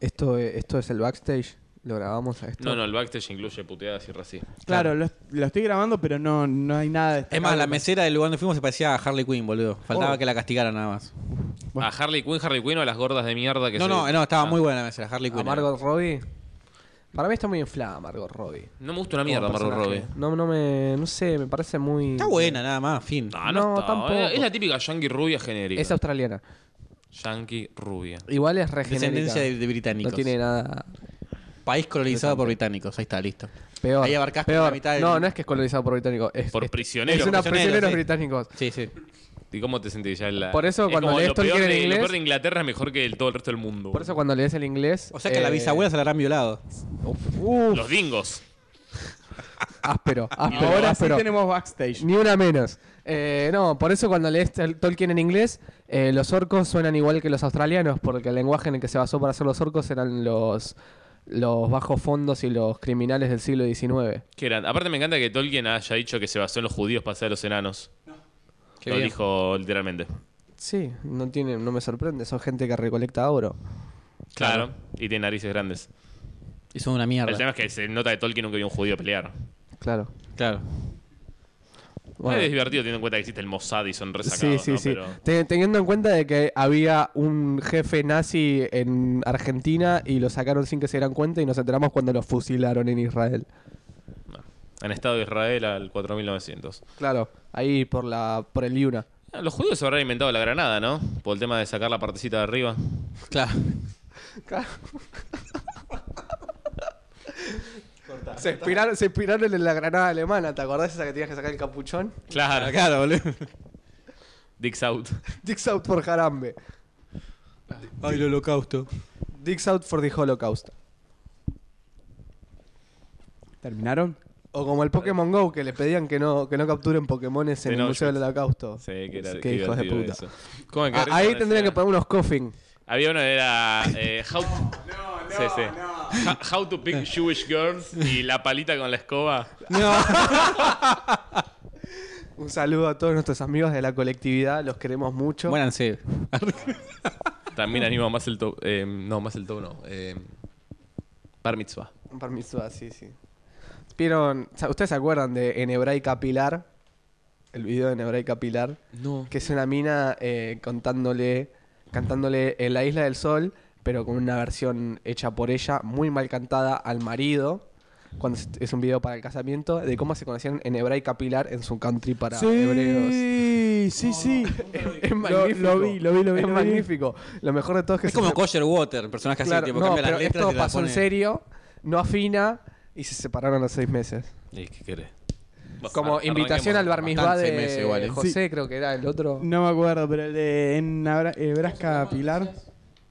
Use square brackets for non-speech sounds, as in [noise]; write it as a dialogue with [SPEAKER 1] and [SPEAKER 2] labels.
[SPEAKER 1] Esto, eh, esto es el backstage. Lo grabamos a esto.
[SPEAKER 2] No, no, el backstage incluye puteadas y racismo.
[SPEAKER 3] Claro, lo, lo estoy grabando, pero no, no hay nada de
[SPEAKER 4] Es más, la
[SPEAKER 3] destacable.
[SPEAKER 4] mesera del lugar donde fuimos se parecía a Harley Quinn, boludo.
[SPEAKER 1] Oh.
[SPEAKER 4] Faltaba que la castigaran nada más.
[SPEAKER 2] ¿A Harley Quinn, Harley Quinn o a las gordas de mierda que
[SPEAKER 4] No,
[SPEAKER 2] se-
[SPEAKER 4] no, no, estaba
[SPEAKER 2] Ah.
[SPEAKER 4] muy buena la mesera, Harley
[SPEAKER 1] A
[SPEAKER 4] Quinn.
[SPEAKER 1] Margot Robbie. Para mí está muy inflada Margot Robbie.
[SPEAKER 2] No me gusta una mierda Margot Robbie.
[SPEAKER 1] No, no me. No sé, me parece muy.
[SPEAKER 4] Está buena, nada más, fin.
[SPEAKER 2] No, no,
[SPEAKER 1] No,
[SPEAKER 2] está.
[SPEAKER 1] tampoco.
[SPEAKER 2] Es la típica yankee rubia genérica.
[SPEAKER 1] Es australiana.
[SPEAKER 2] Yankee rubia.
[SPEAKER 1] Igual es regenerada.
[SPEAKER 4] Descendencia de, de británicos.
[SPEAKER 1] No tiene nada.
[SPEAKER 4] País colonizado por británicos, ahí está, listo.
[SPEAKER 1] Peor.
[SPEAKER 4] Ahí abarcaste
[SPEAKER 1] peor.
[SPEAKER 4] la mitad del-
[SPEAKER 1] No, no es que es colonizado por británicos. Es,
[SPEAKER 2] Por
[SPEAKER 1] es-
[SPEAKER 2] prisioneros.
[SPEAKER 1] Es una prisioneros
[SPEAKER 4] Prisioneros, sí.
[SPEAKER 1] británicos.
[SPEAKER 4] Sí, sí.
[SPEAKER 2] ¿Y cómo te sentís ya en la...
[SPEAKER 1] Por eso
[SPEAKER 2] es
[SPEAKER 1] cuando
[SPEAKER 2] como
[SPEAKER 1] lees
[SPEAKER 2] lo
[SPEAKER 1] Tolkien en
[SPEAKER 2] peor de, lo
[SPEAKER 1] inglés-
[SPEAKER 2] peor de Inglaterra es mejor que el, todo el resto del mundo.
[SPEAKER 1] Por eso cuando lees el inglés.
[SPEAKER 4] O sea que a la
[SPEAKER 1] eh,
[SPEAKER 4] bisabuela se la habrán violado.
[SPEAKER 1] Uf, uf,
[SPEAKER 2] Los dingos.
[SPEAKER 1] áspero. áspero,
[SPEAKER 3] Ahora sí
[SPEAKER 1] áspero.
[SPEAKER 3] tenemos backstage.
[SPEAKER 1] Ni una menos. Eh, no, por eso cuando lees Tol- Tolkien en inglés, eh, los orcos suenan igual que los australianos, porque el lenguaje en el que se basó para hacer los orcos eran los, los bajos fondos y los criminales del siglo XIX.
[SPEAKER 2] Que eran... Aparte me encanta que Tolkien haya dicho que se basó en los judíos para hacer a los enanos.
[SPEAKER 4] Qué
[SPEAKER 2] lo
[SPEAKER 4] bien.
[SPEAKER 2] dijo literalmente.
[SPEAKER 1] Sí, no, tiene, no me sorprende, son gente que recolecta oro.
[SPEAKER 2] Claro. Y tiene narices grandes.
[SPEAKER 4] Hizo una
[SPEAKER 2] El tema
[SPEAKER 4] mierda.
[SPEAKER 2] es que se nota que Tolkien nunca vio a un judío pelear.
[SPEAKER 1] Claro.
[SPEAKER 4] Claro.
[SPEAKER 1] Bueno.
[SPEAKER 2] Es divertido teniendo en cuenta que existe el Mossad y son
[SPEAKER 1] Sí,
[SPEAKER 2] resacados,
[SPEAKER 1] sí,
[SPEAKER 2] ¿no?
[SPEAKER 1] sí.
[SPEAKER 2] Pero-
[SPEAKER 1] Te- Teniendo en cuenta de que había un jefe nazi en Argentina y lo sacaron sin que se dieran cuenta y nos enteramos cuando lo fusilaron en Israel.
[SPEAKER 2] En Estado de Israel al 4900.
[SPEAKER 1] Claro, ahí por la por el Yuna.
[SPEAKER 2] Ah, Los judíos se habrán inventado la granada, ¿no? Por el tema de sacar la partecita de arriba.
[SPEAKER 4] Claro.
[SPEAKER 1] Se inspiraron, se inspiraron en la granada alemana, ¿te acordás esa que tenías que sacar el capuchón? [laughs]
[SPEAKER 2] Claro.
[SPEAKER 4] Claro, boludo.
[SPEAKER 2] Dicks out.
[SPEAKER 1] Dicks out for Harambe.
[SPEAKER 4] Ay, el holocausto.
[SPEAKER 1] Dicks out for the Holocaust.
[SPEAKER 3] ¿Terminaron?
[SPEAKER 1] O como el Pokémon GO, que le pedían que no, que no capturen Pokémones en
[SPEAKER 2] De
[SPEAKER 1] el
[SPEAKER 2] no,
[SPEAKER 1] Museo
[SPEAKER 2] yo-
[SPEAKER 1] del Holocausto.
[SPEAKER 2] Sí, que era-
[SPEAKER 1] Qué
[SPEAKER 2] qué
[SPEAKER 1] hijos de
[SPEAKER 2] divertido
[SPEAKER 1] puta.
[SPEAKER 2] eso. ¿Cómo que
[SPEAKER 1] Ah,
[SPEAKER 2] Rick
[SPEAKER 1] ahí
[SPEAKER 2] Morena
[SPEAKER 1] tendrían que
[SPEAKER 2] decía?
[SPEAKER 1] poner unos coughing.
[SPEAKER 2] Había uno que era. eh, how... Sí, sí. Ha- How to pick Jewish girls y la palita con la escoba.
[SPEAKER 1] Un saludo a todos nuestros amigos de la colectividad, los queremos mucho.
[SPEAKER 4] Muéranse.
[SPEAKER 2] También animo más el top. eh, no, más el top no. Eh, bar mitzvah.
[SPEAKER 1] Un permiso, ah, sí, sí. Vieron, sa- ¿ustedes se acuerdan de En Hebraica Pilar? El video de En Hebraica Pilar.
[SPEAKER 2] No.
[SPEAKER 1] Que es una mina eh, contándole, cantándole en la Isla del Sol, pero con una versión hecha por ella, muy mal cantada al marido. Cuando es- es un video para el casamiento, de cómo se conocían en hebraica Pilar en su country para hebreos.
[SPEAKER 3] Sí, sí, [laughs] sí.
[SPEAKER 1] Es, es
[SPEAKER 3] Lo,
[SPEAKER 1] magnífico.
[SPEAKER 3] lo vi, lo vi, lo vi.
[SPEAKER 1] Es
[SPEAKER 3] lo vi.
[SPEAKER 1] magnífico. Lo mejor de todo es que
[SPEAKER 4] Es
[SPEAKER 1] se-
[SPEAKER 4] como Kosher Water, el personaje
[SPEAKER 1] Claro,
[SPEAKER 4] así, tipo,
[SPEAKER 1] no,
[SPEAKER 4] cambia
[SPEAKER 1] pero
[SPEAKER 4] las letras
[SPEAKER 1] esto
[SPEAKER 4] y las
[SPEAKER 1] pasó en
[SPEAKER 4] pone-
[SPEAKER 1] serio, no afina y se separaron a los seis meses.
[SPEAKER 2] ¿Y qué querés?
[SPEAKER 4] ah,
[SPEAKER 1] Como
[SPEAKER 2] Ar-
[SPEAKER 1] invitación al bar mitzvah
[SPEAKER 4] bastante
[SPEAKER 1] de
[SPEAKER 4] seis meses igual, ¿eh?
[SPEAKER 1] José, creo que era el otro.
[SPEAKER 3] No me acuerdo, pero el de en Abra- eh, Brasca Pilar.